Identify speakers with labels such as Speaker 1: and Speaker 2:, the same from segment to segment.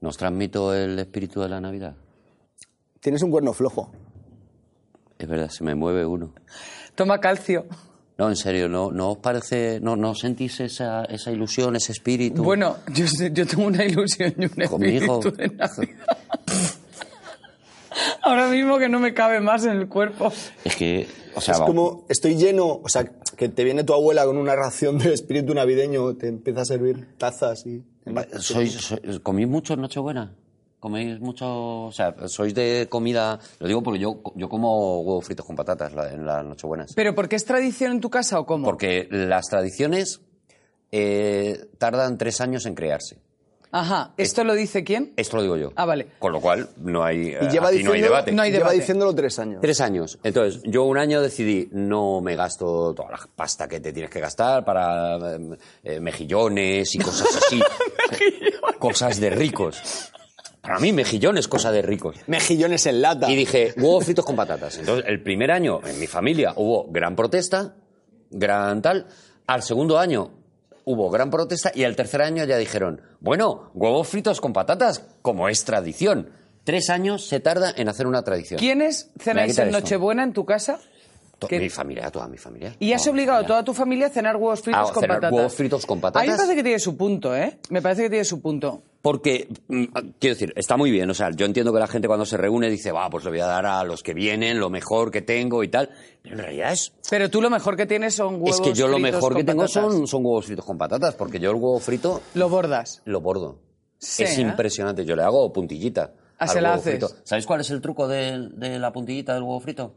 Speaker 1: ¿Nos transmito el espíritu de la Navidad?
Speaker 2: Tienes un cuerno flojo.
Speaker 1: Es verdad, se me mueve uno.
Speaker 3: Toma calcio.
Speaker 1: No, en serio, ¿no, no os parece, no, no sentís esa, esa ilusión, ese espíritu?
Speaker 3: Bueno, yo, sé- yo tengo una ilusión y un
Speaker 1: Conmigo.
Speaker 3: espíritu de Navidad. Ahora mismo que no me cabe más en el cuerpo.
Speaker 1: Es que, o sea,
Speaker 2: es
Speaker 1: va-
Speaker 2: como, estoy lleno, o sea, que te viene tu abuela con una ración de espíritu navideño, te empieza a servir tazas y...
Speaker 1: sois, sois- ¿Coméis mucho en Nochebuena? ¿Coméis mucho? O sea, ¿sois de comida? Lo digo porque yo, yo como huevos fritos con patatas la- en las Nochebuenas.
Speaker 3: ¿Pero porque es tradición en tu casa o cómo?
Speaker 1: Porque las tradiciones eh, tardan tres años en crearse.
Speaker 3: Ajá, ¿esto lo dice quién?
Speaker 1: Esto lo digo yo.
Speaker 3: Ah, vale.
Speaker 1: Con lo cual, no hay,
Speaker 2: Y lleva
Speaker 1: aquí no hay
Speaker 2: diciéndolo-
Speaker 1: debate.
Speaker 3: No hay
Speaker 2: lleva
Speaker 3: debate.
Speaker 2: diciéndolo tres años.
Speaker 1: Tres años. Entonces, yo un año decidí, no me gasto toda la pasta que te tienes que gastar para eh, eh, mejillones y cosas así. cosas de ricos. Para mí, mejillones, cosa de ricos.
Speaker 2: Mejillones en lata.
Speaker 1: Y dije, huevos fritos con patatas. Entonces, el primer año en mi familia hubo gran protesta, gran tal. Al segundo año hubo gran protesta y al tercer año ya dijeron, bueno, huevos fritos con patatas, como es tradición. Tres años se tarda en hacer una tradición.
Speaker 3: ¿Quiénes cenáis
Speaker 1: quitar
Speaker 3: en
Speaker 1: esto.
Speaker 3: Nochebuena en tu casa?
Speaker 1: To-
Speaker 3: ¿Qué?
Speaker 1: Mi familia, toda mi familia.
Speaker 3: Y has
Speaker 1: Toda mi
Speaker 3: obligado a
Speaker 1: familia.
Speaker 3: toda tu familia a cenar huevos fritos
Speaker 1: A
Speaker 3: con
Speaker 1: Ah, cenar
Speaker 3: patatas.
Speaker 1: huevos fritos con
Speaker 3: A mí me
Speaker 1: patatas.
Speaker 3: parece que tiene su punto, ¿eh? Me parece que tiene su punto.
Speaker 1: Porque, mm, quiero decir, está muy bien. O sea, yo entiendo que la gente cuando se reúne dice, va, pues le voy a dar a los que vienen lo mejor que tengo y tal. Pero en realidad es
Speaker 3: Pero tú lo mejor que tienes son huevos
Speaker 1: Es que yo lo
Speaker 3: fritos
Speaker 1: mejor que
Speaker 3: con
Speaker 1: tengo
Speaker 3: patatas.
Speaker 1: son, son huevos fritos con patatas, porque yo el huevo frito
Speaker 3: Lo bordas.
Speaker 1: lo bordo.
Speaker 3: Sí,
Speaker 1: es
Speaker 3: ¿eh?
Speaker 1: impresionante. Yo le hago puntillita.
Speaker 3: Ah,
Speaker 1: al
Speaker 3: se la
Speaker 1: huevo
Speaker 3: haces.
Speaker 1: frito. ¿Sabéis cuál es el truco de, de la puntillita del huevo frito?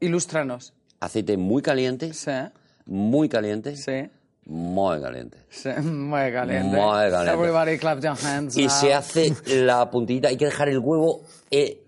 Speaker 3: Ilústranos.
Speaker 1: Aceite muy caliente,
Speaker 3: Sí,
Speaker 1: muy caliente,
Speaker 3: sí.
Speaker 1: muy caliente.
Speaker 3: sí. Muy caliente.
Speaker 1: Muy caliente.
Speaker 3: Everybody clap your hands.
Speaker 1: Y
Speaker 3: now.
Speaker 1: se hace la puntillita. Hay que dejar el huevo eh,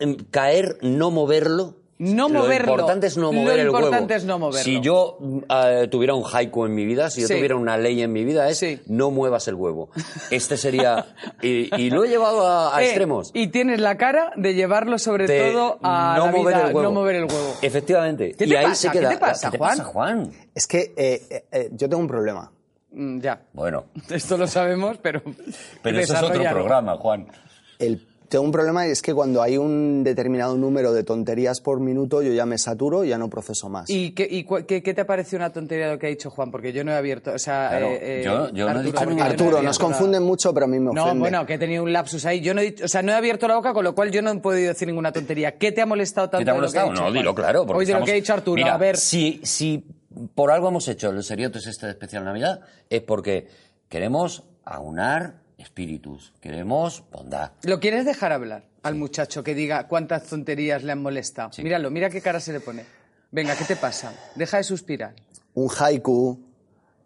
Speaker 1: em, caer, no moverlo.
Speaker 3: No moverlo.
Speaker 1: Lo importante es no
Speaker 3: Lo
Speaker 1: mover el huevo.
Speaker 3: importante es no moverlo.
Speaker 1: Si yo mm, eh, tuviera un haiku en mi vida, si yo
Speaker 3: Sí.
Speaker 1: tuviera una ley en mi vida, es
Speaker 3: Sí.
Speaker 1: no muevas el huevo. Este sería... y, y lo he llevado a, a
Speaker 3: Eh,
Speaker 1: extremos.
Speaker 3: Y tienes la cara de llevarlo sobre
Speaker 1: De
Speaker 3: todo a la vida, no mover el huevo.
Speaker 1: Efectivamente.
Speaker 3: ¿Qué
Speaker 1: y
Speaker 3: te
Speaker 1: ahí
Speaker 3: pasa?
Speaker 1: se
Speaker 3: ¿Qué
Speaker 1: queda.
Speaker 3: te pasa,
Speaker 1: ¿Qué te
Speaker 3: Juan?
Speaker 1: pasa, Juan?
Speaker 2: Es que eh, eh, eh, yo tengo un problema.
Speaker 3: Mm, Ya.
Speaker 1: Bueno,
Speaker 3: Esto lo sabemos, pero.
Speaker 1: pero eso es otro
Speaker 3: desarrollalo.
Speaker 1: programa, Juan.
Speaker 2: El- tengo un problema y es que cuando hay un determinado número de tonterías por minuto, yo ya me saturo y ya no proceso más.
Speaker 3: ¿Y, qué, y cua- qué, qué te ha parecido una tontería lo que ha dicho Juan? Porque yo no he abierto. O sea,
Speaker 1: Claro,
Speaker 3: eh, eh,
Speaker 1: yo- yo no he dicho ninguna
Speaker 3: porque yo no he
Speaker 2: Arturo,
Speaker 3: abierto
Speaker 2: nos
Speaker 3: la-
Speaker 2: confunden mucho, pero a mí me
Speaker 3: No,
Speaker 2: ofende.
Speaker 3: bueno, que he tenido un lapsus ahí. Yo no he dicho- o sea, no he abierto la boca, con lo cual yo no he podido decir ninguna tontería. ¿Qué te ha molestado tanto?
Speaker 1: ¿Qué te ha
Speaker 3: de lo que
Speaker 1: molestado?
Speaker 3: ha dicho
Speaker 1: No,
Speaker 3: Juan?
Speaker 1: dilo claro. porque
Speaker 3: Oye, de lo
Speaker 1: estamos-
Speaker 3: que ha dicho Arturo,
Speaker 1: Mira,
Speaker 3: a ver.
Speaker 1: Si, si por algo hemos hecho el Seriotes este de especial Navidad, es porque queremos aunar espíritus, queremos bondad.
Speaker 3: ¿Lo quieres dejar hablar al muchacho que diga cuántas tonterías le han molestado?
Speaker 1: Sí.
Speaker 3: Míralo, mira qué cara se le pone. Venga, ¿qué te pasa? Deja de suspirar.
Speaker 2: Un haiku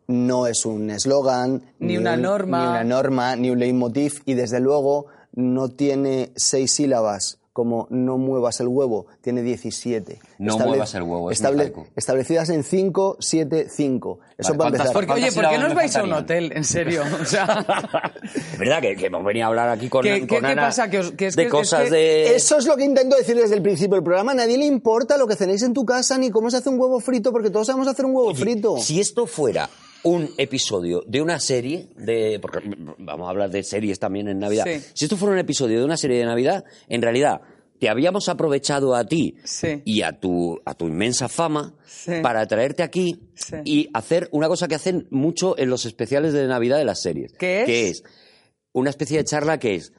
Speaker 2: no es un eslogan,
Speaker 3: Ni una
Speaker 2: un-
Speaker 3: norma.
Speaker 2: ni una norma, ni un leitmotiv y desde luego no tiene seis sílabas como no muevas el huevo, tiene 17.
Speaker 1: No muevas el huevo, es mi haiku.
Speaker 2: Establecidas en 5, 7, 5. Eso
Speaker 1: Vale,
Speaker 2: para
Speaker 1: ¿cuántas-
Speaker 2: empezar.
Speaker 3: Porque,
Speaker 1: ¿Cuántas
Speaker 3: oye, ¿por qué
Speaker 1: sílabas
Speaker 3: no os
Speaker 1: me
Speaker 3: vais a un
Speaker 1: faltarían?
Speaker 3: hotel? En serio. O sea,
Speaker 1: Es verdad que, que hemos venido a hablar aquí con,
Speaker 3: ¿Qué-
Speaker 1: con
Speaker 3: qué- qué
Speaker 1: Ana
Speaker 3: pasa? Que os- que es
Speaker 1: de
Speaker 3: que-
Speaker 1: cosas
Speaker 3: es que-
Speaker 1: de...
Speaker 2: Eso es lo que intento decir desde el principio del programa. A nadie le importa lo que cenéis en tu casa ni cómo se hace un huevo frito, porque todos sabemos hacer un huevo
Speaker 1: Oye,
Speaker 2: frito.
Speaker 1: Si esto fuera un episodio de una serie de porque vamos a hablar de series también en Navidad.
Speaker 3: Sí.
Speaker 1: Si esto fuera un episodio de una serie de Navidad, en realidad te habíamos aprovechado a ti
Speaker 3: Sí.
Speaker 1: y a tu a tu inmensa fama
Speaker 3: Sí.
Speaker 1: para traerte aquí
Speaker 3: Sí.
Speaker 1: y hacer una cosa que hacen mucho en los especiales de Navidad de las series,
Speaker 3: ¿Qué es?
Speaker 1: que es una especie de charla que es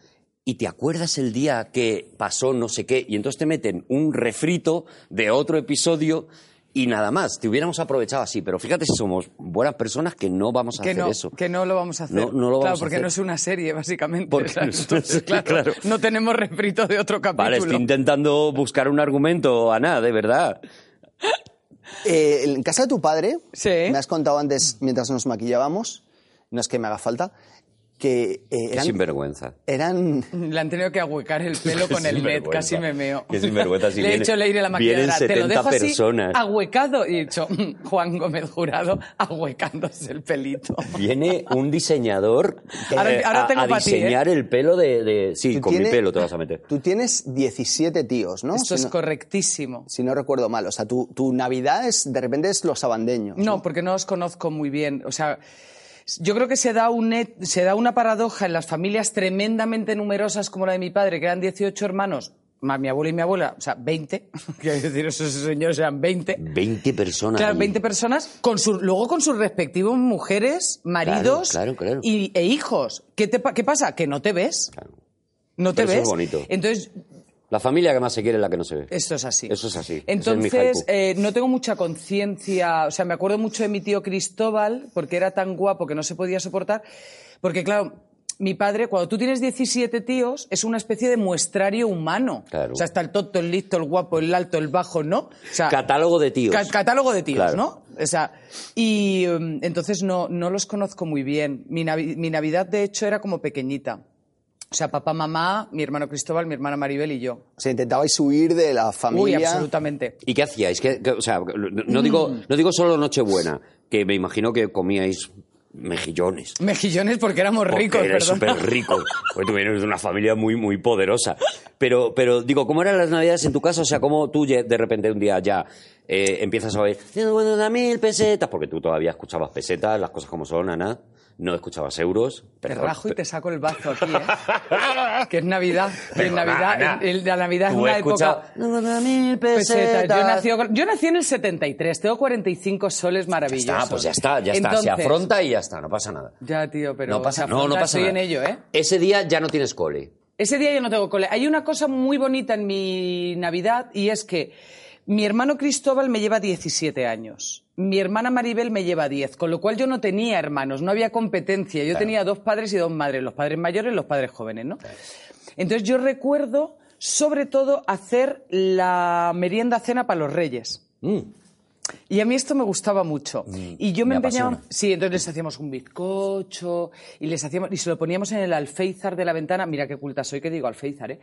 Speaker 1: ¿Y te acuerdas el día que pasó no sé qué? Y entonces te meten un refrito de otro episodio y nada más. Te hubiéramos aprovechado así, pero fíjate si somos buenas personas que no vamos a
Speaker 3: que
Speaker 1: hacer
Speaker 3: no,
Speaker 1: eso.
Speaker 3: Que no lo vamos a hacer.
Speaker 1: No, no lo
Speaker 3: claro,
Speaker 1: vamos a
Speaker 3: porque
Speaker 1: hacer.
Speaker 3: no es una serie, básicamente.
Speaker 1: Porque
Speaker 3: ¿sabes?
Speaker 1: no es una
Speaker 3: Entonces,
Speaker 1: serie, claro.
Speaker 3: No tenemos refrito de otro capítulo.
Speaker 1: Vale, estoy intentando buscar un argumento, Ana, de verdad.
Speaker 2: Eh, en casa de tu padre,
Speaker 3: Sí.
Speaker 2: me has contado antes, mientras nos maquillábamos, no es que me haga falta, que eh,
Speaker 1: Qué
Speaker 2: eran,
Speaker 1: sinvergüenza.
Speaker 2: eran
Speaker 3: Le han tenido que ahuecar el pelo con
Speaker 1: Qué
Speaker 3: el net,
Speaker 1: sinvergüenza.
Speaker 3: casi me meo.
Speaker 1: Qué sinvergüenza, si
Speaker 3: le he
Speaker 1: vienen-
Speaker 3: dicho le iré a la
Speaker 1: vienen
Speaker 3: maquilladora, te lo
Speaker 1: 70
Speaker 3: dejo así,
Speaker 1: personas".
Speaker 3: ahuecado, y he dicho, "Mm, Juan Gómez Jurado ahuecándose el pelito.
Speaker 1: Viene un diseñador
Speaker 3: Ahora-
Speaker 1: eh,
Speaker 3: ahora
Speaker 1: a-
Speaker 3: tengo
Speaker 1: a,
Speaker 3: pa' ti,
Speaker 1: diseñar el pelo de... de- Sí,
Speaker 2: Tú
Speaker 1: con mi
Speaker 2: tienes-
Speaker 1: pelo te vas a meter.
Speaker 2: Tú tienes 17 tíos, ¿no? si,
Speaker 3: Esto es
Speaker 2: no
Speaker 3: correctísimo.
Speaker 2: si no recuerdo mal. O sea, tu, tu Navidad es, de repente es los abandeños.
Speaker 3: No, porque no os conozco muy bien. O sea, yo creo que se da, un et- se da una paradoja en las familias tremendamente numerosas como la de mi padre, que eran 18 hermanos, más mi abuelo y mi abuela, o sea, 20. Quiero decir, esos señores eran 20.
Speaker 1: 20 personas.
Speaker 3: Claro,
Speaker 1: allí.
Speaker 3: 20 personas, con su- luego con sus respectivos mujeres, maridos
Speaker 1: claro, claro.
Speaker 3: y- e hijos. ¿Qué, te, pa- qué pasa? Que no te ves.
Speaker 1: Claro.
Speaker 3: No te
Speaker 1: Pero eso
Speaker 3: ves.
Speaker 1: es bonito.
Speaker 3: Entonces,
Speaker 1: La familia que más se quiere es la que no se ve.
Speaker 3: esto es así.
Speaker 1: Eso es así. Ese es mi
Speaker 3: Entonces,
Speaker 1: haiku.
Speaker 3: eh, no tengo mucha conciencia. O sea, me acuerdo mucho de mi tío Cristóbal, porque era tan guapo que no se podía soportar. Porque, claro, mi padre, cuando tú tienes 17 tíos, es una especie de muestrario humano.
Speaker 1: Claro.
Speaker 3: O sea, está el tonto, el listo, el guapo, el alto, el bajo, ¿no? O sea,
Speaker 1: Catálogo de tíos.
Speaker 3: Ca- catálogo de tíos,
Speaker 1: Claro.
Speaker 3: ¿no? O sea, y em, entonces no, no los conozco muy bien. Mi, navi- mi Navidad, de hecho, era como pequeñita. O sea, papá, mamá, mi hermano Cristóbal, mi hermana Maribel y yo.
Speaker 2: O sea, intentabais huir de la familia.
Speaker 3: Uy, absolutamente.
Speaker 1: ¿Y qué hacíais? ¿Qué- qué- o sea, no no digo,
Speaker 3: Mm.
Speaker 1: no digo solo Nochebuena, que me imagino que comíais mejillones.
Speaker 3: Mejillones porque éramos ricos,
Speaker 1: Porque eres
Speaker 3: perdón.
Speaker 1: súper rico. Porque tú vienes de una familia muy, muy poderosa. Pero, pero digo, ¿cómo eran las navidades en tu casa? O sea, ¿cómo tú ye- de repente un día ya eh, empiezas a ver, "Tengo bueno, da mil pesetas? Porque tú todavía escuchabas pesetas, las cosas como son, Ana. No escuchabas euros.
Speaker 3: Te
Speaker 1: Perdón.
Speaker 3: rajo y te saco el bazo aquí, ¿eh? que es Navidad. Y en
Speaker 1: Perdona,
Speaker 3: Navidad
Speaker 1: Ana.
Speaker 3: en- en la Navidad es
Speaker 1: Tú
Speaker 3: una
Speaker 1: escuchabas,
Speaker 3: época...
Speaker 1: "Tengo da mil
Speaker 3: Pesetas.
Speaker 1: pesetas.
Speaker 3: Yo, nací, yo nací en el 73, tengo 45 soles
Speaker 1: Ya
Speaker 3: maravillosos.
Speaker 1: está, pues ya está, ya está. Se
Speaker 3: Entonces-
Speaker 1: afronta y ya está, no pasa nada.
Speaker 3: Ya, tío, pero
Speaker 1: no pasa,
Speaker 3: se
Speaker 1: no, no
Speaker 3: afronta,
Speaker 1: pasa
Speaker 3: estoy
Speaker 1: nada.
Speaker 3: en ello, ¿eh?
Speaker 1: Ese día ya no tienes cole.
Speaker 3: Ese día yo no tengo cole. Hay una cosa muy bonita en mi Navidad y es que mi hermano Cristóbal me lleva 17 años. Mi hermana Maribel me lleva 10, con lo cual yo no tenía hermanos, no había competencia. Yo tenía dos padres y dos madres, los padres mayores y los padres jóvenes, ¿no? Entonces yo recuerdo, sobre todo, hacer la merienda cena para los reyes. Y a mí esto me gustaba mucho. y yo me,
Speaker 1: Mm. me
Speaker 3: empeñaba.
Speaker 1: apasiona.
Speaker 3: Sí, entonces les hacíamos un bizcocho y les hacíamos y se lo poníamos en el alféizar de la ventana. Mira qué culta soy que digo alféizar, ¿eh?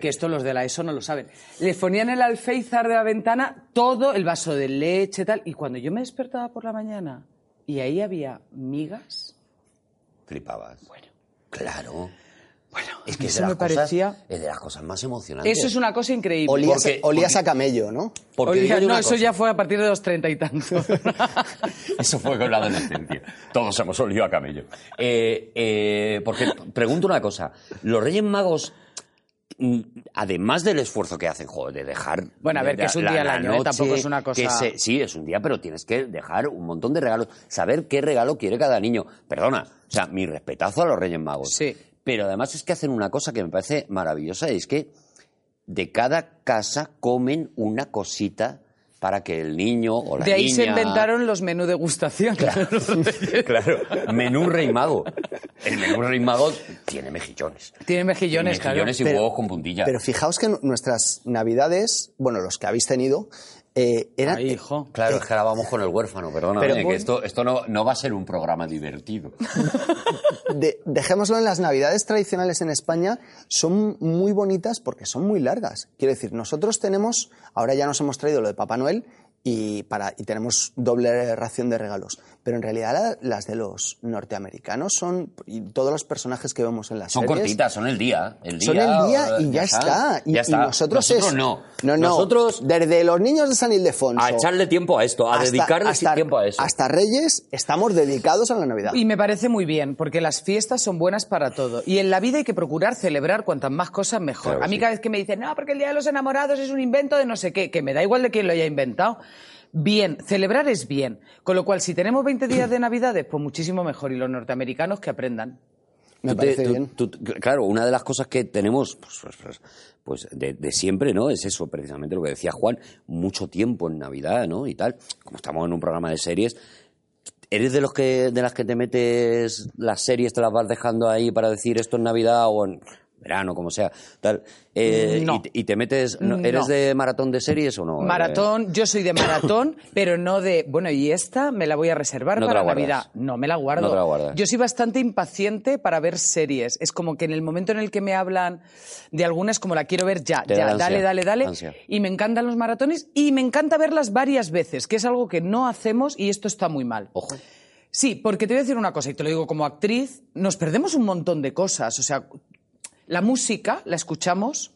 Speaker 3: Que esto los de la ESO no lo saben. Les ponían en el alféizar de la ventana todo el vaso de leche tal y cuando yo me despertaba por la mañana y ahí había migas.
Speaker 1: Flipabas. Bueno. Claro.
Speaker 3: Bueno,
Speaker 1: Es que es de
Speaker 3: eso
Speaker 1: las
Speaker 3: me
Speaker 1: cosas-
Speaker 3: parecía
Speaker 1: es de las cosas más emocionantes.
Speaker 3: eso es una cosa increíble.
Speaker 2: Olías,
Speaker 1: Porque-
Speaker 2: olías a camello, ¿no?
Speaker 1: Porque
Speaker 3: Oye,
Speaker 1: digo yo
Speaker 3: no,
Speaker 1: una
Speaker 3: eso
Speaker 1: cosa.
Speaker 3: ya fue a partir de los treinta y tantos.
Speaker 1: Eso fue con la adolescencia. Todos hemos olido a camello. Eh, eh, porque pregunto una cosa. Los Reyes Magos, mm, además del esfuerzo que hacen, joder, de dejar.
Speaker 3: Bueno, a ver,
Speaker 1: de-
Speaker 3: que es un día al año, ¿eh? Tampoco es una cosa-
Speaker 1: que se- sí, es un día, pero tienes que dejar un montón de regalos. Saber qué regalo quiere cada niño. Perdona, o sea, mi respetazo a los Reyes Magos.
Speaker 3: Sí.
Speaker 1: Pero además es que hacen una cosa que me parece maravillosa, y es que de cada casa comen una cosita para que el niño o la
Speaker 3: de ahí se
Speaker 1: niña-
Speaker 3: inventaron los menú degustación.
Speaker 1: Claro, menú rey mago. El menú rey mago tiene mejillones.
Speaker 3: Tiene mejillones, claro.
Speaker 1: mejillones y
Speaker 2: Pero-
Speaker 1: huevos con puntilla.
Speaker 2: Pero fijaos que nu- nuestras Navidades, bueno, los que habéis tenido, eh, eran.
Speaker 3: Ay, hijo.
Speaker 1: Claro, es que ahora vamos con el huérfano, perdona,
Speaker 2: Pero
Speaker 1: que
Speaker 2: bueno.
Speaker 1: esto, esto no, no va a ser un programa divertido.
Speaker 2: de- dejémoslo en las navidades tradicionales en España, son muy bonitas porque son muy largas. Quiero decir, nosotros tenemos, ahora ya nos hemos traído lo de Papá Noel y, para, y tenemos doble ración de regalos, pero en realidad la- las de los norteamericanos son, y todos los personajes que vemos en las
Speaker 1: Son
Speaker 2: series,
Speaker 1: cortitas, son el día. El día
Speaker 2: Son el día
Speaker 1: eh,
Speaker 2: y ya, está.
Speaker 1: está,
Speaker 2: Y,
Speaker 1: ya
Speaker 2: y
Speaker 1: está.
Speaker 2: nosotros, es-
Speaker 1: no.
Speaker 2: No, no.
Speaker 1: Nosotros
Speaker 2: desde los niños de San Ildefonso.
Speaker 1: a echarle tiempo a esto, a
Speaker 2: hasta-
Speaker 1: dedicarle
Speaker 2: hasta-
Speaker 1: tiempo a eso.
Speaker 2: Hasta Reyes estamos dedicados a la Navidad.
Speaker 3: Y me parece muy bien, porque las fiestas son buenas para todo. Y en la vida hay que procurar celebrar cuantas más cosas mejor.
Speaker 1: Claro que
Speaker 3: a mí
Speaker 1: sí.
Speaker 3: cada vez que me dicen, no, porque el Día de los Enamorados es un invento de no sé qué, que me da igual de quién lo haya inventado. Bien, celebrar es bien. Con lo cual, si tenemos 20 días de Navidades, pues muchísimo mejor. Y los norteamericanos que aprendan.
Speaker 2: Me
Speaker 1: Tú te-
Speaker 2: parece
Speaker 1: tú-
Speaker 2: bien.
Speaker 1: tú- claro, una de las cosas que tenemos pues, pues, pues, pues, de, de siempre, ¿no? Es eso, precisamente lo que decía Juan, mucho tiempo en Navidad, ¿no? Y tal, como estamos en un programa de series, ¿eres de los que de las que te metes las series, te las vas dejando ahí para decir esto en Navidad o en verano, como sea, tal? Eh,
Speaker 3: No.
Speaker 1: y, te- y te metes, no,
Speaker 3: No.
Speaker 1: ¿eres de maratón de series o no? eh.
Speaker 3: Maratón, yo soy de maratón, pero no de, bueno, y esta me la voy a reservar
Speaker 1: No te
Speaker 3: para
Speaker 1: la guardas.
Speaker 3: Navidad. No me la guardo.
Speaker 1: No te la guardas.
Speaker 3: Yo soy bastante impaciente para ver series. Es como que en el momento en el que me hablan de algunas, como la quiero ver ya,
Speaker 1: Te da
Speaker 3: ya,
Speaker 1: ansia,
Speaker 3: dale, dale, dale.
Speaker 1: ansia.
Speaker 3: Y me encantan los maratones y me encanta verlas varias veces, que es algo que no hacemos y esto está muy mal.
Speaker 1: Ojo.
Speaker 3: Sí, porque te voy a decir una cosa, y te lo digo como actriz, nos perdemos un montón de cosas. O sea, la música la escuchamos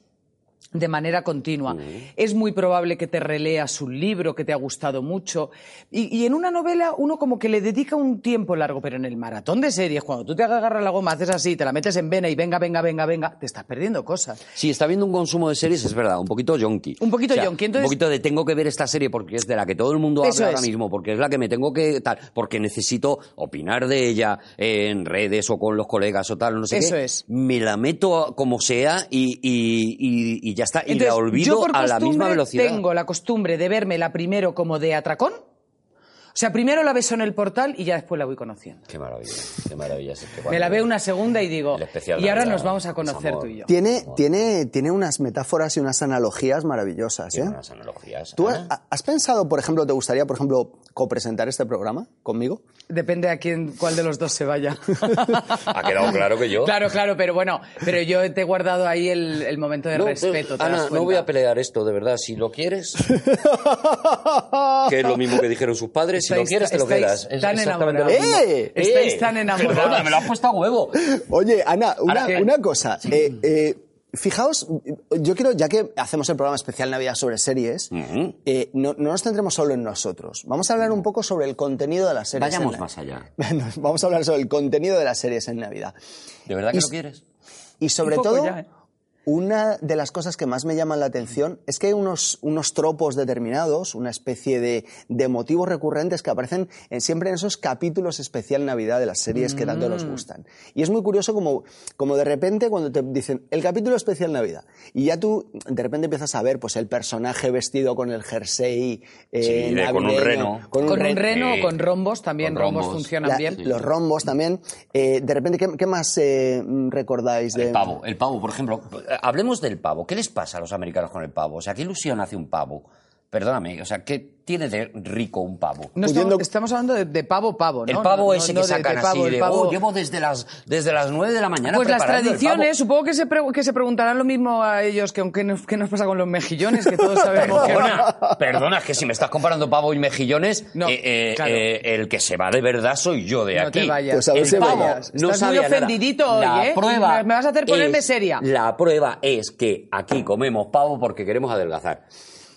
Speaker 3: de manera continua. Es muy probable que te releas un libro que te ha gustado mucho. Y, y en una novela uno como que le dedica un tiempo largo, pero en el maratón de series, cuando tú te agarras la goma, haces así, te la metes en vena y venga, venga, venga, venga, te estás perdiendo cosas.
Speaker 1: Sí, está habiendo un consumo de series, es verdad, un poquito yonki.
Speaker 3: Un poquito yonki, entonces-
Speaker 1: Un poquito de tengo que ver esta serie porque es de la que todo el mundo
Speaker 3: Eso
Speaker 1: habla ahora
Speaker 3: es.
Speaker 1: mismo, porque es la que me tengo que tal, porque necesito opinar de ella en redes o con los colegas o tal, no sé
Speaker 3: Eso
Speaker 1: qué.
Speaker 3: es.
Speaker 1: Me la meto como sea y, y- y- y ya está, y la
Speaker 3: Entonces, yo
Speaker 1: olvido
Speaker 3: por
Speaker 1: a la misma
Speaker 3: costumbre
Speaker 1: velocidad.
Speaker 3: Tengo la costumbre de vérmela primero como de atracón. O sea, primero la beso en el portal y ya después la voy conociendo.
Speaker 1: Qué maravilla, qué maravilla. es este que
Speaker 3: Me
Speaker 1: cuando-
Speaker 3: la veo una segunda y digo,
Speaker 1: El especial
Speaker 3: y ahora
Speaker 1: Navidad,
Speaker 3: nos vamos a conocer
Speaker 1: amor.
Speaker 3: tú y yo.
Speaker 2: Tiene, tiene, tiene unas metáforas y unas analogías maravillosas.
Speaker 1: Tiene
Speaker 2: ¿eh?
Speaker 1: unas analogías.
Speaker 2: ¿Tú
Speaker 1: ¿ah?
Speaker 2: ha- has pensado, por ejemplo, te gustaría, por ejemplo, copresentar este programa conmigo?
Speaker 3: Depende a quién, cuál de los dos se vaya.
Speaker 1: Ha quedado claro que yo.
Speaker 3: Claro, claro, pero bueno, pero yo te he guardado ahí el, el momento de
Speaker 1: Ah, No,
Speaker 3: respeto. ¿te das
Speaker 1: Ana, no
Speaker 3: cuenta?
Speaker 1: voy a pelear esto, de verdad. Si lo quieres, que es lo mismo que dijeron sus padres, si lo
Speaker 3: Estáis-
Speaker 1: quieres, te lo
Speaker 3: estáis
Speaker 1: quedas. Es
Speaker 3: tan
Speaker 1: exactamente lo
Speaker 3: enamorados.
Speaker 1: mismo.
Speaker 2: ¡Eh!
Speaker 3: Estáis tan enamorados.
Speaker 1: Perdona, me lo has puesto a huevo.
Speaker 2: Oye, Ana, una,
Speaker 1: Ahora que-
Speaker 2: una cosa. eh, eh, fijaos, yo quiero, ya que hacemos el programa especial Navidad sobre series,
Speaker 1: Ujú.
Speaker 2: eh, no, no nos centremos solo en nosotros. Vamos a hablar un poco sobre el contenido de las series. en
Speaker 1: Vayamos
Speaker 2: la-
Speaker 1: más allá.
Speaker 2: Nos- Vamos a hablar sobre el contenido de las series en Navidad.
Speaker 1: ¿De verdad que
Speaker 2: Y-
Speaker 1: lo quieres?
Speaker 2: Y sobre
Speaker 3: poco
Speaker 2: todo,
Speaker 3: ya, ¿eh?
Speaker 2: una de las cosas que más me llaman la atención es que hay unos, unos tropos determinados, una especie de, de motivos recurrentes que aparecen en- siempre en esos capítulos especial Navidad de las series que tanto
Speaker 3: Mm.
Speaker 2: nos gustan. Y es muy curioso como, como de repente cuando te dicen el capítulo especial Navidad y ya tú de repente empiezas a ver pues el personaje vestido con el jersey eh,
Speaker 1: Sí, de- con un
Speaker 2: navideño,
Speaker 1: reno.
Speaker 2: con un
Speaker 3: Con un
Speaker 2: reno,
Speaker 3: reno
Speaker 1: Sí.
Speaker 3: o con rombos también,
Speaker 1: Con
Speaker 3: rombos,
Speaker 1: rombos.
Speaker 3: funcionan
Speaker 2: la-
Speaker 3: bien.
Speaker 2: los rombos también. Eh, de repente, ¿qué, qué más eh, recordáis de...?
Speaker 1: El pavo, el pavo, por ejemplo. Hablemos del pavo. ¿Qué les pasa a los americanos con el pavo? O sea, ¿qué ilusión hace un pavo? Perdóname, o sea, ¿qué tiene de rico un pavo?
Speaker 3: No
Speaker 2: pudiendo-
Speaker 3: estamos, estamos hablando de, de pavo, pavo, ¿no?
Speaker 1: El pavo
Speaker 3: No,
Speaker 1: ese
Speaker 3: no
Speaker 1: que
Speaker 3: de- de
Speaker 1: sacan
Speaker 3: pavo,
Speaker 1: así
Speaker 3: el
Speaker 1: de,
Speaker 3: pavo-
Speaker 1: "Oh, llevo desde las, desde las 9 de la mañana
Speaker 3: Pues las
Speaker 1: preparando el pavo".
Speaker 3: tradiciones, supongo que se pre- que se preguntarán lo mismo a ellos que aunque nos, que nos pasa con los mejillones, que todos sabemos que
Speaker 1: Perdona, perdona, es que si me estás comparando pavo y mejillones,
Speaker 3: No,
Speaker 1: eh, eh,
Speaker 3: claro.
Speaker 1: eh, el que se va de verdad soy yo de
Speaker 3: No
Speaker 1: aquí.
Speaker 3: te vayas.
Speaker 2: Pues a ver
Speaker 1: el
Speaker 2: si
Speaker 1: pavo
Speaker 2: vayas.
Speaker 1: no
Speaker 3: Estás muy
Speaker 1: sabía nada.
Speaker 3: ofendidito
Speaker 1: La
Speaker 3: hoy, ¿eh?
Speaker 1: prueba
Speaker 3: Me- me vas a hacer ponerme
Speaker 1: es-
Speaker 3: seria.
Speaker 1: La prueba es que aquí comemos pavo porque queremos adelgazar.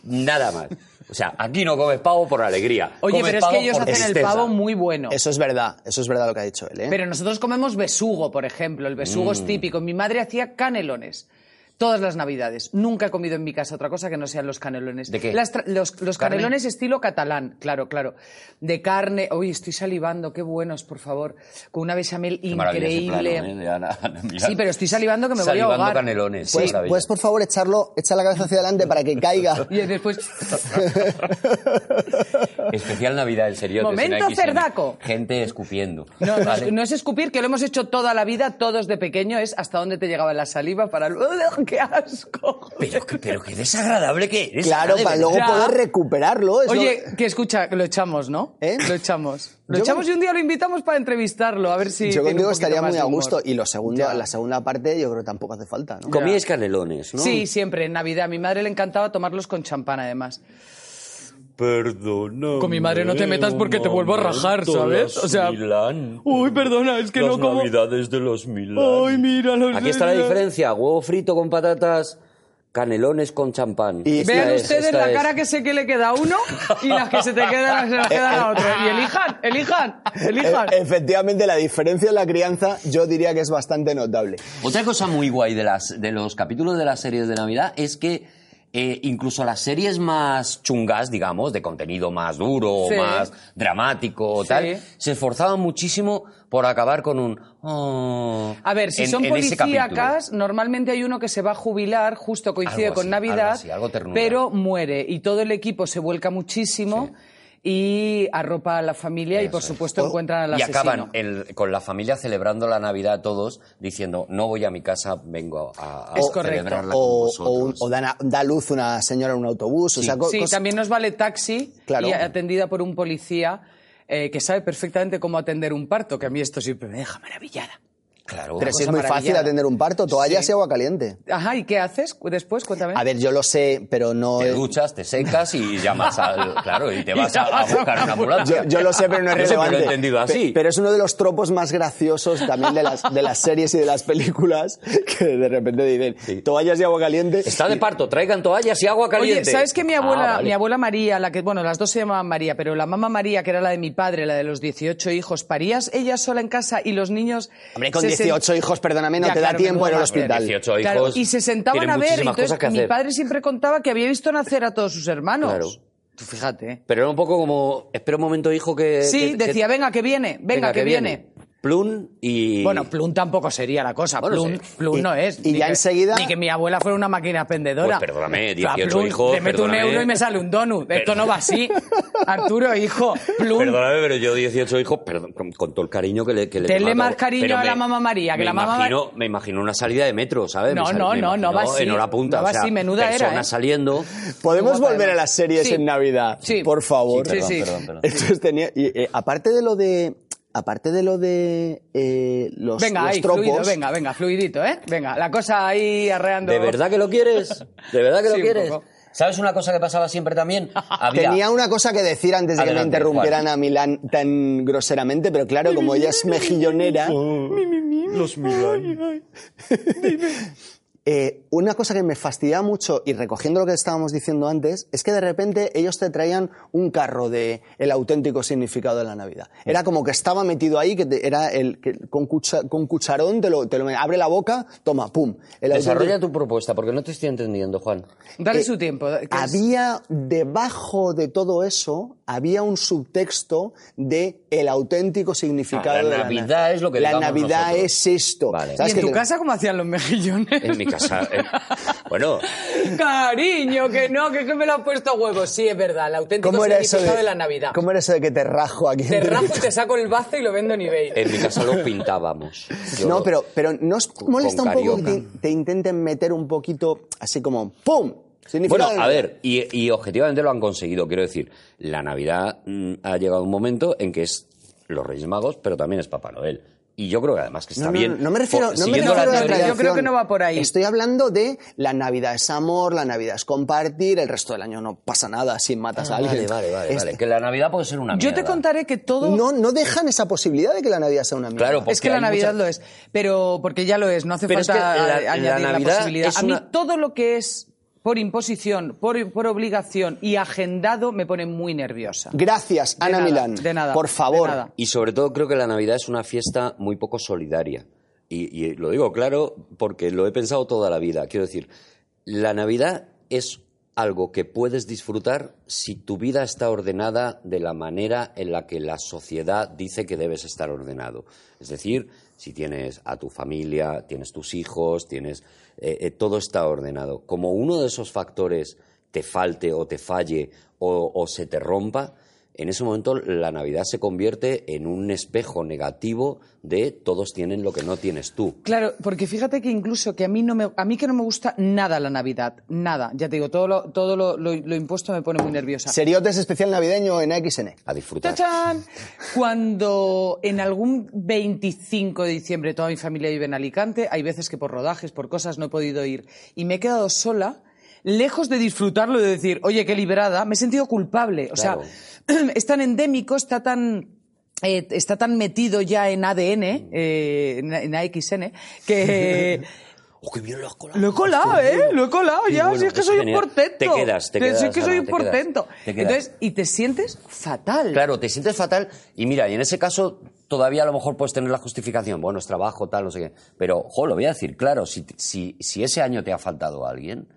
Speaker 1: Nada más. O sea, aquí no comes pavo por alegría.
Speaker 3: Oye,
Speaker 1: comes
Speaker 3: pero es que
Speaker 1: pavo
Speaker 3: ellos
Speaker 1: por
Speaker 3: hacen el
Speaker 1: tristeza.
Speaker 3: pavo muy bueno.
Speaker 2: Eso es verdad, eso es verdad lo que ha dicho él. ¿eh?
Speaker 3: Pero nosotros comemos besugo, por ejemplo. El besugo
Speaker 1: Mm.
Speaker 3: es típico. Mi madre hacía canelones. Todas las navidades. Nunca he comido en mi casa otra cosa que no sean los canelones.
Speaker 1: ¿De qué?
Speaker 3: Las tra- los, los
Speaker 1: ¿Carne?
Speaker 3: canelones estilo catalán, claro, claro. De carne. Uy, estoy salivando, qué buenos, por favor. Con una bechamel
Speaker 1: Qué maravilla ese plano,
Speaker 3: increíble.
Speaker 1: ¿eh? de Ana- Ana, mira.
Speaker 3: Sí, pero estoy salivando que me voy a
Speaker 1: Salivando
Speaker 3: ahogar.
Speaker 1: canelones.
Speaker 2: Pues,
Speaker 1: maravilla.
Speaker 2: pues, por favor, echarlo, echa la cabeza hacia adelante para que caiga.
Speaker 3: Y después.
Speaker 1: Especial Navidad, en serio.
Speaker 3: Momento cerdaco.
Speaker 1: Gente escupiendo.
Speaker 3: No, no,
Speaker 1: Vale.
Speaker 3: es, no es escupir, que lo hemos hecho toda la vida, todos de pequeño, es hasta dónde te llegaba la saliva para luego. ¡Qué asco!
Speaker 1: Pero, que- pero qué desagradable que eres.
Speaker 2: Claro,
Speaker 1: Ana, de
Speaker 2: para luego
Speaker 1: verdad.
Speaker 3: Ya.
Speaker 2: poder recuperarlo. es lo-
Speaker 3: Oye, que escucha, que lo echamos, ¿no?
Speaker 2: ¿Eh?
Speaker 3: Lo echamos. Lo
Speaker 2: Yo
Speaker 3: echamos
Speaker 2: con-
Speaker 3: y un día lo invitamos para entrevistarlo, a ver si.
Speaker 2: yo
Speaker 3: tiene un
Speaker 2: contigo
Speaker 3: poquito
Speaker 2: estaría
Speaker 3: más
Speaker 2: muy
Speaker 3: de
Speaker 2: a
Speaker 3: humor.
Speaker 2: gusto. Y lo segundo,
Speaker 3: Ya.
Speaker 2: la segunda parte yo creo que tampoco hace falta, ¿no?
Speaker 1: Comíais canelones, ¿no?
Speaker 3: Sí, siempre, en Navidad. A mi madre le encantaba tomarlos con champán, además.
Speaker 1: Perdona.
Speaker 3: Con mi madre no te metas porque te vuelvo a rajar, ¿sabes? O sea. Uy, perdona, es que no como.
Speaker 1: navidades de los Milán.
Speaker 3: Ay, mira, los
Speaker 1: Aquí está la
Speaker 3: Milán.
Speaker 1: diferencia. Huevo frito con patatas, canelones con champán.
Speaker 2: Y-
Speaker 1: Esta
Speaker 3: Vean
Speaker 1: es,
Speaker 3: ustedes
Speaker 1: esta
Speaker 3: la
Speaker 1: es.
Speaker 3: cara que sé que le queda a uno y las que se te quedan, se las quedan a otro. Y elijan, elijan, elijan.
Speaker 2: E- efectivamente, la diferencia en la crianza yo diría que es bastante notable.
Speaker 1: Otra cosa muy guay de, las, de los capítulos de las series de Navidad es que eh, incluso las series más chungas, digamos, de contenido más duro,
Speaker 3: Sí.
Speaker 1: más dramático,
Speaker 3: Sí.
Speaker 1: tal, se esforzaban muchísimo por acabar con un... "Oh",
Speaker 3: A ver, si
Speaker 1: en-
Speaker 3: son
Speaker 1: en ese capítulo.
Speaker 3: policíacas, normalmente hay uno que se va a jubilar, justo coincide
Speaker 1: Algo
Speaker 3: con
Speaker 1: así,
Speaker 3: Navidad,
Speaker 1: algo así, algo ternura.
Speaker 3: pero muere y todo el equipo se vuelca muchísimo y arropa a la familia y por
Speaker 1: Eso es. Oh,
Speaker 3: supuesto
Speaker 2: O-
Speaker 3: encuentran al
Speaker 1: Y
Speaker 3: asesino.
Speaker 1: acaban el- con la familia celebrando la Navidad todos diciendo, no voy a mi casa, vengo a, a
Speaker 3: Es correcto.
Speaker 1: celebrarla con
Speaker 2: O, o,
Speaker 1: vosotros".
Speaker 2: un- o dan a- da luz una señora en un autobús. o sea, co-
Speaker 3: Sí,
Speaker 2: cos-
Speaker 3: también nos vale taxi
Speaker 2: Claro.
Speaker 3: y atendida por un policía eh, que sabe perfectamente cómo atender un parto, que a mí esto siempre me deja maravillada.
Speaker 1: Claro.
Speaker 2: Pero
Speaker 1: una
Speaker 2: si es
Speaker 1: cosa
Speaker 2: muy fácil
Speaker 1: maravillada.
Speaker 2: atender un parto, toallas
Speaker 3: Sí. ¿Eh?
Speaker 2: y agua caliente.
Speaker 3: Ajá, ¿y qué haces después? Cuéntame.
Speaker 2: A ver, yo lo sé, pero no...
Speaker 1: Te duchas, te secas y llamas al... Claro, y te vas a, a buscar una ambulancia.
Speaker 2: Yo, yo lo sé, pero no es
Speaker 1: Yo siempre
Speaker 2: relevante.
Speaker 1: lo he entendido
Speaker 2: Pe-
Speaker 1: así.
Speaker 2: Pero, es uno de los tropos más graciosos también de las, de las series y de las películas que de repente dicen toallas de agua caliente.
Speaker 1: Está de parto, traigan toallas y agua caliente.
Speaker 3: Oye, ¿sabes que mi abuela,
Speaker 1: Ah, vale.
Speaker 3: mi abuela María, la que, bueno, las dos se llamaban María, pero la mamá María, que era la de mi padre, la de los 18 hijos, parías ella sola en casa y los niños...
Speaker 2: Hombre, con
Speaker 3: se sen-
Speaker 2: 18 hijos, perdóname, no
Speaker 3: Ya,
Speaker 2: te
Speaker 3: claro,
Speaker 2: da tiempo
Speaker 3: menudo
Speaker 2: a ir al
Speaker 3: mal.
Speaker 2: hospital.
Speaker 1: 18 hijos.
Speaker 3: Claro, y se sentaban
Speaker 1: tienen
Speaker 3: a ver, y
Speaker 1: muchísimas
Speaker 3: entonces
Speaker 1: cosas que
Speaker 3: mi
Speaker 1: hacer.
Speaker 3: padre siempre contaba que había visto nacer a todos sus hermanos.
Speaker 1: Claro.
Speaker 3: Tú fíjate.
Speaker 1: Pero era un poco como, espera un momento, hijo, que...
Speaker 2: Eh,
Speaker 3: Sí,
Speaker 1: que- que-
Speaker 3: decía, venga, que viene, venga, que, viene.
Speaker 1: Plun y...
Speaker 3: Bueno, Plum tampoco sería la cosa.
Speaker 1: Bueno,
Speaker 3: Plum,
Speaker 1: sí.
Speaker 3: Plum
Speaker 2: Y-
Speaker 3: no es.
Speaker 2: y
Speaker 3: Ni
Speaker 2: ya
Speaker 3: que-
Speaker 2: enseguida-
Speaker 3: Ni que mi abuela fuera una máquina expendedora.
Speaker 1: Pues perdóname,
Speaker 3: Yo a
Speaker 1: 18
Speaker 3: Plum
Speaker 1: hijos,
Speaker 3: Le meto un
Speaker 1: perdóname.
Speaker 3: euro y me sale un donut. Esto
Speaker 1: Perdón-
Speaker 3: no va así. Arturo, hijo, Plum.
Speaker 1: Perdóname, pero yo 18 hijos, perdón, con, con todo el cariño que le que le
Speaker 3: Tenle
Speaker 1: tengo a
Speaker 3: más
Speaker 1: todo,
Speaker 3: cariño
Speaker 1: pero
Speaker 3: a
Speaker 1: me-
Speaker 3: la mamá María, que
Speaker 1: me
Speaker 3: la mamá Ma-
Speaker 1: imagino, Me imagino una salida de metro, ¿sabes?
Speaker 3: No,
Speaker 1: Me sal-
Speaker 3: no,
Speaker 1: me
Speaker 3: no, no va
Speaker 1: imagino
Speaker 3: así,
Speaker 1: En hora punta,
Speaker 3: no va
Speaker 1: o sea,
Speaker 3: así, menuda era,
Speaker 1: personas
Speaker 3: ¿eh?
Speaker 1: saliendo.
Speaker 2: ¿Podemos
Speaker 3: Guapa,
Speaker 2: volver a
Speaker 3: además.
Speaker 2: las series
Speaker 3: Sí.
Speaker 2: en Navidad?
Speaker 3: Sí.
Speaker 2: Por favor.
Speaker 3: Sí, sí.
Speaker 2: Entonces tenía- y, eh, aparte de lo de... Aparte de lo de eh, los,
Speaker 3: Venga,
Speaker 2: los
Speaker 3: ahí,
Speaker 2: tropos,
Speaker 3: fluido, venga, venga, fluidito, ¿eh? Venga, la cosa ahí arreando.
Speaker 1: ¿De verdad que lo quieres? ¿De verdad que
Speaker 3: Sí,
Speaker 1: lo
Speaker 3: un
Speaker 1: quieres?
Speaker 3: poco.
Speaker 1: ¿Sabes una cosa que pasaba siempre también? Había...
Speaker 2: Tenía una cosa que decir antes de que me
Speaker 1: Adelante,
Speaker 2: interrumpieran a Milán tan groseramente, pero claro, como ella es mejillonera.
Speaker 1: Los Milán.
Speaker 2: eh, una cosa que me fastidiaba mucho, y recogiendo lo que estábamos diciendo antes, es que de repente ellos te traían un carro de el auténtico significado de la Navidad. Era como que estaba metido ahí, que te- era el que con, cucha- con cucharón te lo, te lo- abre la boca, toma, pum. El auténtico-
Speaker 1: Desarrolla tu propuesta, porque no te estoy entendiendo, Juan.
Speaker 3: Dale
Speaker 2: Eh,
Speaker 3: su tiempo. que es-
Speaker 2: Había debajo de todo eso, había un subtexto de el auténtico significado
Speaker 1: Ah, la
Speaker 2: de
Speaker 1: Navidad es lo que
Speaker 2: La
Speaker 1: digamos
Speaker 2: Navidad
Speaker 1: nosotros.
Speaker 2: es esto.
Speaker 1: Vale.
Speaker 3: ¿Y
Speaker 2: ¿Sabes
Speaker 3: en
Speaker 2: qué
Speaker 3: tu
Speaker 2: te-
Speaker 3: casa cómo hacían los mejillones?
Speaker 1: En mi casa. eh, Bueno,
Speaker 3: Cariño, que no, que, que me lo han puesto a huevo. Sí, es verdad, el auténtico
Speaker 2: ¿Cómo era eso
Speaker 3: significado
Speaker 2: de,
Speaker 3: de... la Navidad.
Speaker 2: ¿Cómo era eso de que te rajo aquí?
Speaker 3: Te
Speaker 2: entre-
Speaker 3: rajo, te saco el bazo y lo vendo en eBay.
Speaker 2: Eh,
Speaker 1: en mi casa lo pintábamos. Yo
Speaker 2: No,
Speaker 1: lo-
Speaker 2: pero, pero ¿no os molesta un poco que te,
Speaker 1: carioca.
Speaker 2: te intenten meter un poquito así como ¡pum!
Speaker 1: Bueno,
Speaker 2: Significado de
Speaker 1: a
Speaker 2: Navidad?
Speaker 1: ver, y, y objetivamente lo han conseguido. Quiero decir, la Navidad mm, ha llegado un momento en que es los Reyes Magos, pero también es Papá Noel. Y yo creo que además que está
Speaker 2: No, no,
Speaker 1: bien.
Speaker 2: no, no me refiero,
Speaker 1: por-
Speaker 2: no me
Speaker 1: siguiendo
Speaker 2: refiero
Speaker 1: la
Speaker 2: a la
Speaker 1: teoría-
Speaker 3: Yo creo que no va por ahí.
Speaker 2: Estoy hablando de la Navidad es amor, la Navidad es compartir, el resto del año no pasa nada si matas a
Speaker 1: Ah,
Speaker 2: alguien.
Speaker 1: Vale, vale, vale,
Speaker 2: Es-
Speaker 1: vale, Que la Navidad puede ser una
Speaker 3: Yo te
Speaker 1: mierda.
Speaker 3: contaré que todo...
Speaker 2: No, no dejan esa posibilidad de que la Navidad sea una mierda.
Speaker 1: Claro, porque
Speaker 3: es que la
Speaker 1: hay
Speaker 3: Navidad
Speaker 1: muchas-
Speaker 3: lo es, pero porque ya lo es, no hace
Speaker 1: Pero es
Speaker 3: falta
Speaker 1: que la-
Speaker 3: a-
Speaker 1: la
Speaker 3: añadir la,
Speaker 1: Navidad
Speaker 3: posibilidad.
Speaker 1: es
Speaker 3: A mí
Speaker 1: una-
Speaker 3: todo lo que es por imposición, por, por obligación y agendado me pone muy nerviosa.
Speaker 2: Gracias,
Speaker 3: De
Speaker 2: Ana
Speaker 3: nada,
Speaker 2: Milán.
Speaker 3: de nada,
Speaker 2: Por
Speaker 3: de
Speaker 2: favor.
Speaker 3: nada.
Speaker 1: Y sobre todo creo que la Navidad es una fiesta muy poco solidaria. Y, y lo digo claro porque lo he pensado toda la vida. Quiero decir, la Navidad es algo que puedes disfrutar si tu vida está ordenada de la manera en la que la sociedad dice que debes estar ordenado. Es decir, si tienes a tu familia, tienes tus hijos, tienes eh, eh, todo está ordenado. Como uno de esos factores te falte o te falle o, o se te rompa, en ese momento la Navidad se convierte en un espejo negativo de todos tienen lo que no tienes tú.
Speaker 3: Claro, porque fíjate que incluso que a mí no me, a mí que no me gusta nada la Navidad, nada. Ya te digo, todo lo, todo lo, lo- lo impuesto me pone muy nerviosa.
Speaker 2: Seriotes especial navideño en AXN.
Speaker 1: A disfrutar.
Speaker 3: ¡Tachán! Cuando en algún 25 de diciembre toda mi familia vive en Alicante, hay veces que por rodajes, por cosas no he podido ir y me he quedado sola. Lejos de disfrutarlo y de decir, oye, qué liberada, me he sentido culpable. O
Speaker 1: Claro.
Speaker 3: sea, es tan endémico, está tan, eh, está tan metido ya en ADN, eh, en, en AXN, que
Speaker 1: ¡Oh, qué bien lo has colado!
Speaker 3: Lo he colado, ¿eh? Lo he colado
Speaker 1: Qué
Speaker 3: ya.
Speaker 1: bueno,
Speaker 3: si es que
Speaker 1: qué
Speaker 3: soy un
Speaker 1: genial.
Speaker 3: portento.
Speaker 1: Te quedas, te
Speaker 3: Que- Si
Speaker 1: quedas,
Speaker 3: es que soy
Speaker 1: Ana, te
Speaker 3: un
Speaker 1: quedas,
Speaker 3: portento.
Speaker 1: te quedas.
Speaker 3: Entonces, y te sientes fatal.
Speaker 1: Claro, te sientes fatal y mira, y en ese caso todavía a lo mejor puedes tener la justificación, bueno, es trabajo, tal, no sé qué. Pero, jo, lo voy a decir, claro, si, si, si ese año te ha faltado alguien,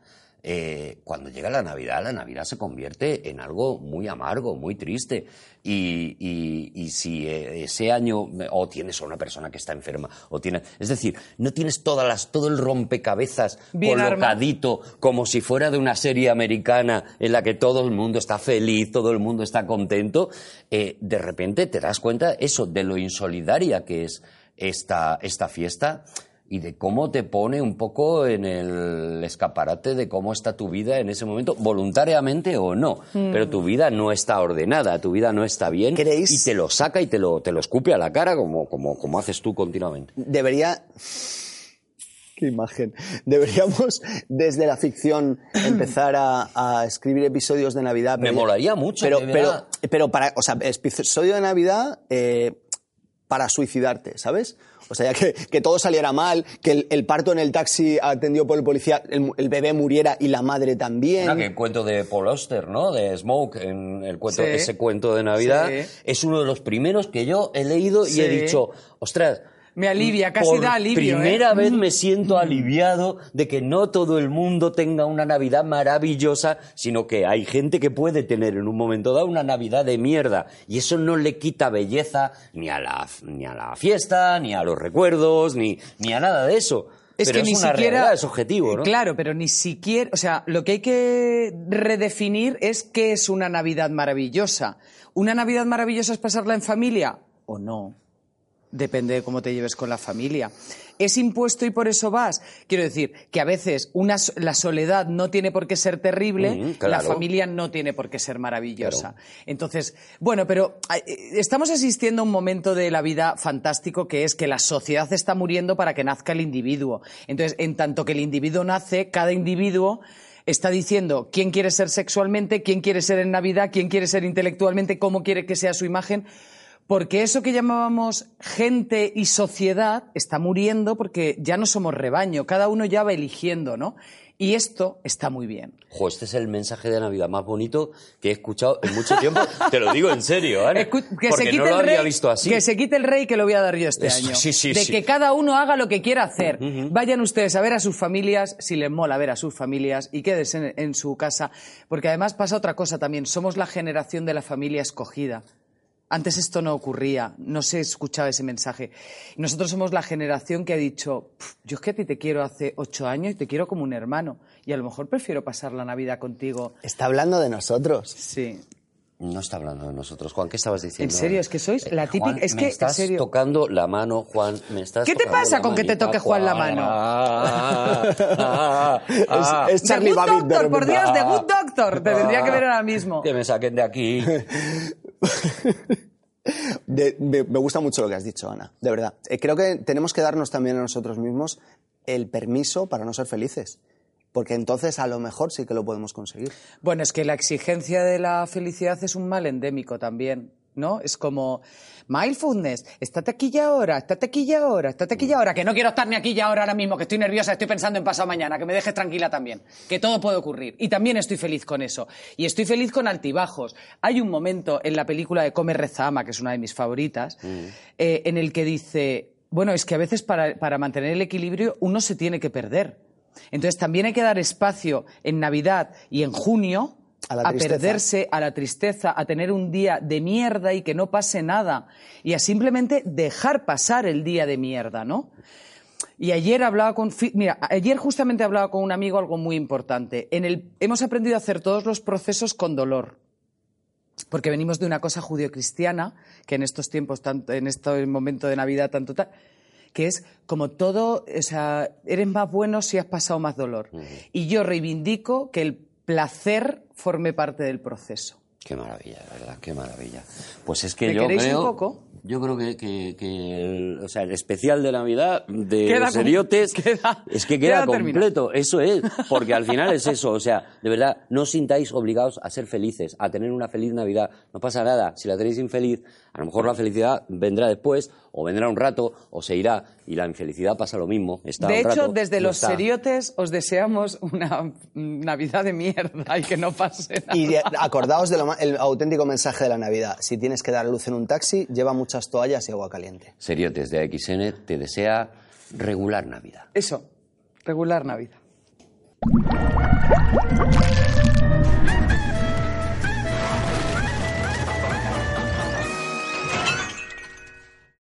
Speaker 1: eh, cuando llega la Navidad, la Navidad se convierte en algo muy amargo, muy triste. Y, y- y si eh, ese año o tienes a una persona que está enferma, o tienes, es decir, no tienes todas las, todo el rompecabezas
Speaker 3: Bien armado.
Speaker 1: colocadito como si fuera de una serie americana en la que todo el mundo está feliz, todo el mundo está contento, eh, de repente te das cuenta eso de lo insolidaria que es esta, esta fiesta y de cómo te pone un poco en el escaparate de cómo está tu vida en ese momento, voluntariamente o no. Pero tu vida no está ordenada, tu vida no está bien
Speaker 2: Mm. ¿Creéis?
Speaker 1: y te lo saca y te lo, te lo escupe a la cara como, como, como haces tú continuamente.
Speaker 2: Debería. Qué imagen. Deberíamos desde la ficción empezar a, a escribir episodios de Navidad.
Speaker 1: Me
Speaker 2: pero-
Speaker 1: molaría mucho,
Speaker 2: Pero,
Speaker 1: de
Speaker 2: pero,
Speaker 1: verdad.
Speaker 2: pero para, o sea, episodio de Navidad eh, para suicidarte, ¿sabes? O sea, ya que, que todo saliera mal, que el, el parto en el taxi atendido por el policía, el, el bebé muriera y la madre también.
Speaker 1: Ah, que el cuento de Paul Auster, ¿no? De Smoke, en el cuento,
Speaker 3: Sí.
Speaker 1: ese cuento de Navidad,
Speaker 3: Sí.
Speaker 1: es uno de los primeros que yo he leído y he
Speaker 3: Sí.
Speaker 1: dicho, ostras.
Speaker 3: Me alivia, casi
Speaker 1: Mm, por
Speaker 3: da alivio,
Speaker 1: Primera
Speaker 3: ¿eh?
Speaker 1: vez me siento aliviado de que no todo el mundo tenga una Navidad maravillosa, sino que hay gente que puede tener en un momento dado una Navidad de mierda. Y eso no le quita belleza ni a la, ni a la fiesta, ni a los recuerdos, ni, ni a nada de eso.
Speaker 3: Es
Speaker 1: Pero
Speaker 3: que
Speaker 1: es
Speaker 3: ni
Speaker 1: una
Speaker 3: siquiera.
Speaker 1: realidad, es objetivo, ¿no?
Speaker 3: Claro, pero ni siquiera. O sea, lo que hay que redefinir es qué es una Navidad maravillosa. ¿Una Navidad maravillosa es pasarla en familia? ¿O no? Depende de cómo te lleves con la familia. ¿Es impuesto y por eso vas? Quiero decir que a veces una, so- la soledad no tiene por qué ser terrible,
Speaker 1: Mm, claro.
Speaker 3: la familia no tiene por qué ser maravillosa. Entonces, bueno, pero ay, eh, estamos asistiendo a un momento de la vida fantástico que es que la sociedad está muriendo para que nazca el individuo. Entonces, en tanto que el individuo nace, cada individuo está diciendo quién quiere ser sexualmente, quién quiere ser en Navidad, quién quiere ser intelectualmente, cómo quiere que sea su imagen. Porque eso que llamábamos gente y sociedad está muriendo porque ya no somos rebaño, cada uno ya va eligiendo, ¿no? Y esto está muy bien.
Speaker 1: Jo, este es el mensaje de Navidad más bonito que he escuchado en mucho tiempo. Te lo digo en serio, Ana.
Speaker 3: Escu- que
Speaker 1: porque
Speaker 3: se quite
Speaker 1: no lo
Speaker 3: el rey,
Speaker 1: había visto así.
Speaker 3: Que se quite el rey que lo voy a dar yo este
Speaker 1: Eso,
Speaker 3: año.
Speaker 1: sí, sí,
Speaker 3: de
Speaker 1: sí.
Speaker 3: que cada uno haga lo que quiera hacer. Vayan ustedes a ver a sus familias, si les mola ver a sus familias, y quédense en, en su casa. Porque además pasa otra cosa también. Somos la generación de la familia escogida. Antes esto no ocurría, no se escuchaba ese mensaje. Y Nosotros somos la generación que ha dicho, "Pf, yo es que a ti te quiero hace ocho años y te quiero como un hermano. Y a lo mejor prefiero pasar la Navidad contigo.
Speaker 2: Está hablando de nosotros.
Speaker 3: Sí.
Speaker 1: No está hablando de nosotros, Juan. ¿Qué estabas diciendo? Eh,
Speaker 3: En serio, es que sois la típica-
Speaker 1: Juan,
Speaker 3: es
Speaker 1: me
Speaker 3: que, en
Speaker 1: estás
Speaker 3: serio.
Speaker 1: tocando la mano, Juan. Me estás
Speaker 3: ¿Qué te
Speaker 1: tocando
Speaker 3: pasa
Speaker 1: la
Speaker 3: con que te
Speaker 1: manita,
Speaker 3: toque Juan la mano?
Speaker 1: Ah, ah, ah,
Speaker 2: Es- es- Charlie
Speaker 3: The Good
Speaker 2: Babbitt Ah. de
Speaker 3: Doctor, por
Speaker 2: repente.
Speaker 3: Dios, The Good Doctor. Te tendría que ver ahora mismo.
Speaker 1: Que me saquen de aquí.
Speaker 2: De- me, me gusta mucho lo que has dicho, Ana, de verdad. Eh, creo que tenemos que darnos también a nosotros mismos el permiso para no ser felices, porque entonces a lo mejor sí que lo podemos conseguir.
Speaker 3: Bueno, es que la exigencia de la felicidad es un mal endémico también, ¿no? Es como, mindfulness, estate aquí y ahora, estate aquí y ahora, estate aquí y ahora, que no quiero estar ni aquí y ahora ahora mismo, que estoy nerviosa, estoy pensando en pasado mañana, que me dejes tranquila también, que todo puede ocurrir. Y también estoy feliz con eso. Y estoy feliz con altibajos. Hay un momento en la película de Come, Reza, Ama, que es una de mis favoritas, eh, en el que dice, bueno, es que a veces para- para mantener el equilibrio uno se tiene que perder. Entonces también hay que dar espacio en Navidad y en junio
Speaker 2: A la
Speaker 3: a,
Speaker 2: tristeza.
Speaker 3: perderse, a la tristeza, a tener un día de mierda y que no pase nada. Y a simplemente dejar pasar el día de mierda, ¿no? Y ayer hablaba con. fi- Mira, ayer justamente hablaba con un amigo algo muy importante. En el, hemos aprendido a hacer todos los procesos con dolor. Porque venimos de una cosa judio-cristiana, que en estos tiempos, tanto, en este momento de Navidad, tanto tal, que es como todo, o sea, eres más bueno si has pasado más dolor. Y yo reivindico que el placer forme parte del proceso.
Speaker 1: Qué maravilla, de ¿verdad? Qué maravilla. Pues es que
Speaker 3: ¿Me
Speaker 1: yo
Speaker 3: queréis un
Speaker 1: creo,
Speaker 3: poco?
Speaker 1: yo creo que, que- que el, o sea, el especial de Navidad de
Speaker 3: Queda
Speaker 1: los
Speaker 3: com-
Speaker 1: Heriotes
Speaker 3: queda-
Speaker 1: es que queda,
Speaker 3: queda
Speaker 1: completo. Eso es, porque al final es eso. O sea, de verdad, no os sintáis obligados a ser felices, a tener una feliz Navidad. No pasa nada. Si la tenéis infeliz, a lo mejor la felicidad vendrá después, o vendrá un rato, o se irá, y la infelicidad pasa lo mismo. Está
Speaker 3: de
Speaker 1: un
Speaker 3: hecho,
Speaker 1: rato,
Speaker 3: desde
Speaker 1: no
Speaker 3: los
Speaker 1: está.
Speaker 3: seriotes os deseamos una mm, Navidad de mierda y que no pase nada.
Speaker 2: Y eh, acordaos del auténtico mensaje de la Navidad. Si tienes que dar a luz en un taxi, lleva muchas toallas y agua caliente.
Speaker 1: Seriotes de AXN te desea regular Navidad.
Speaker 3: Eso, regular Navidad.
Speaker 4: Navidad.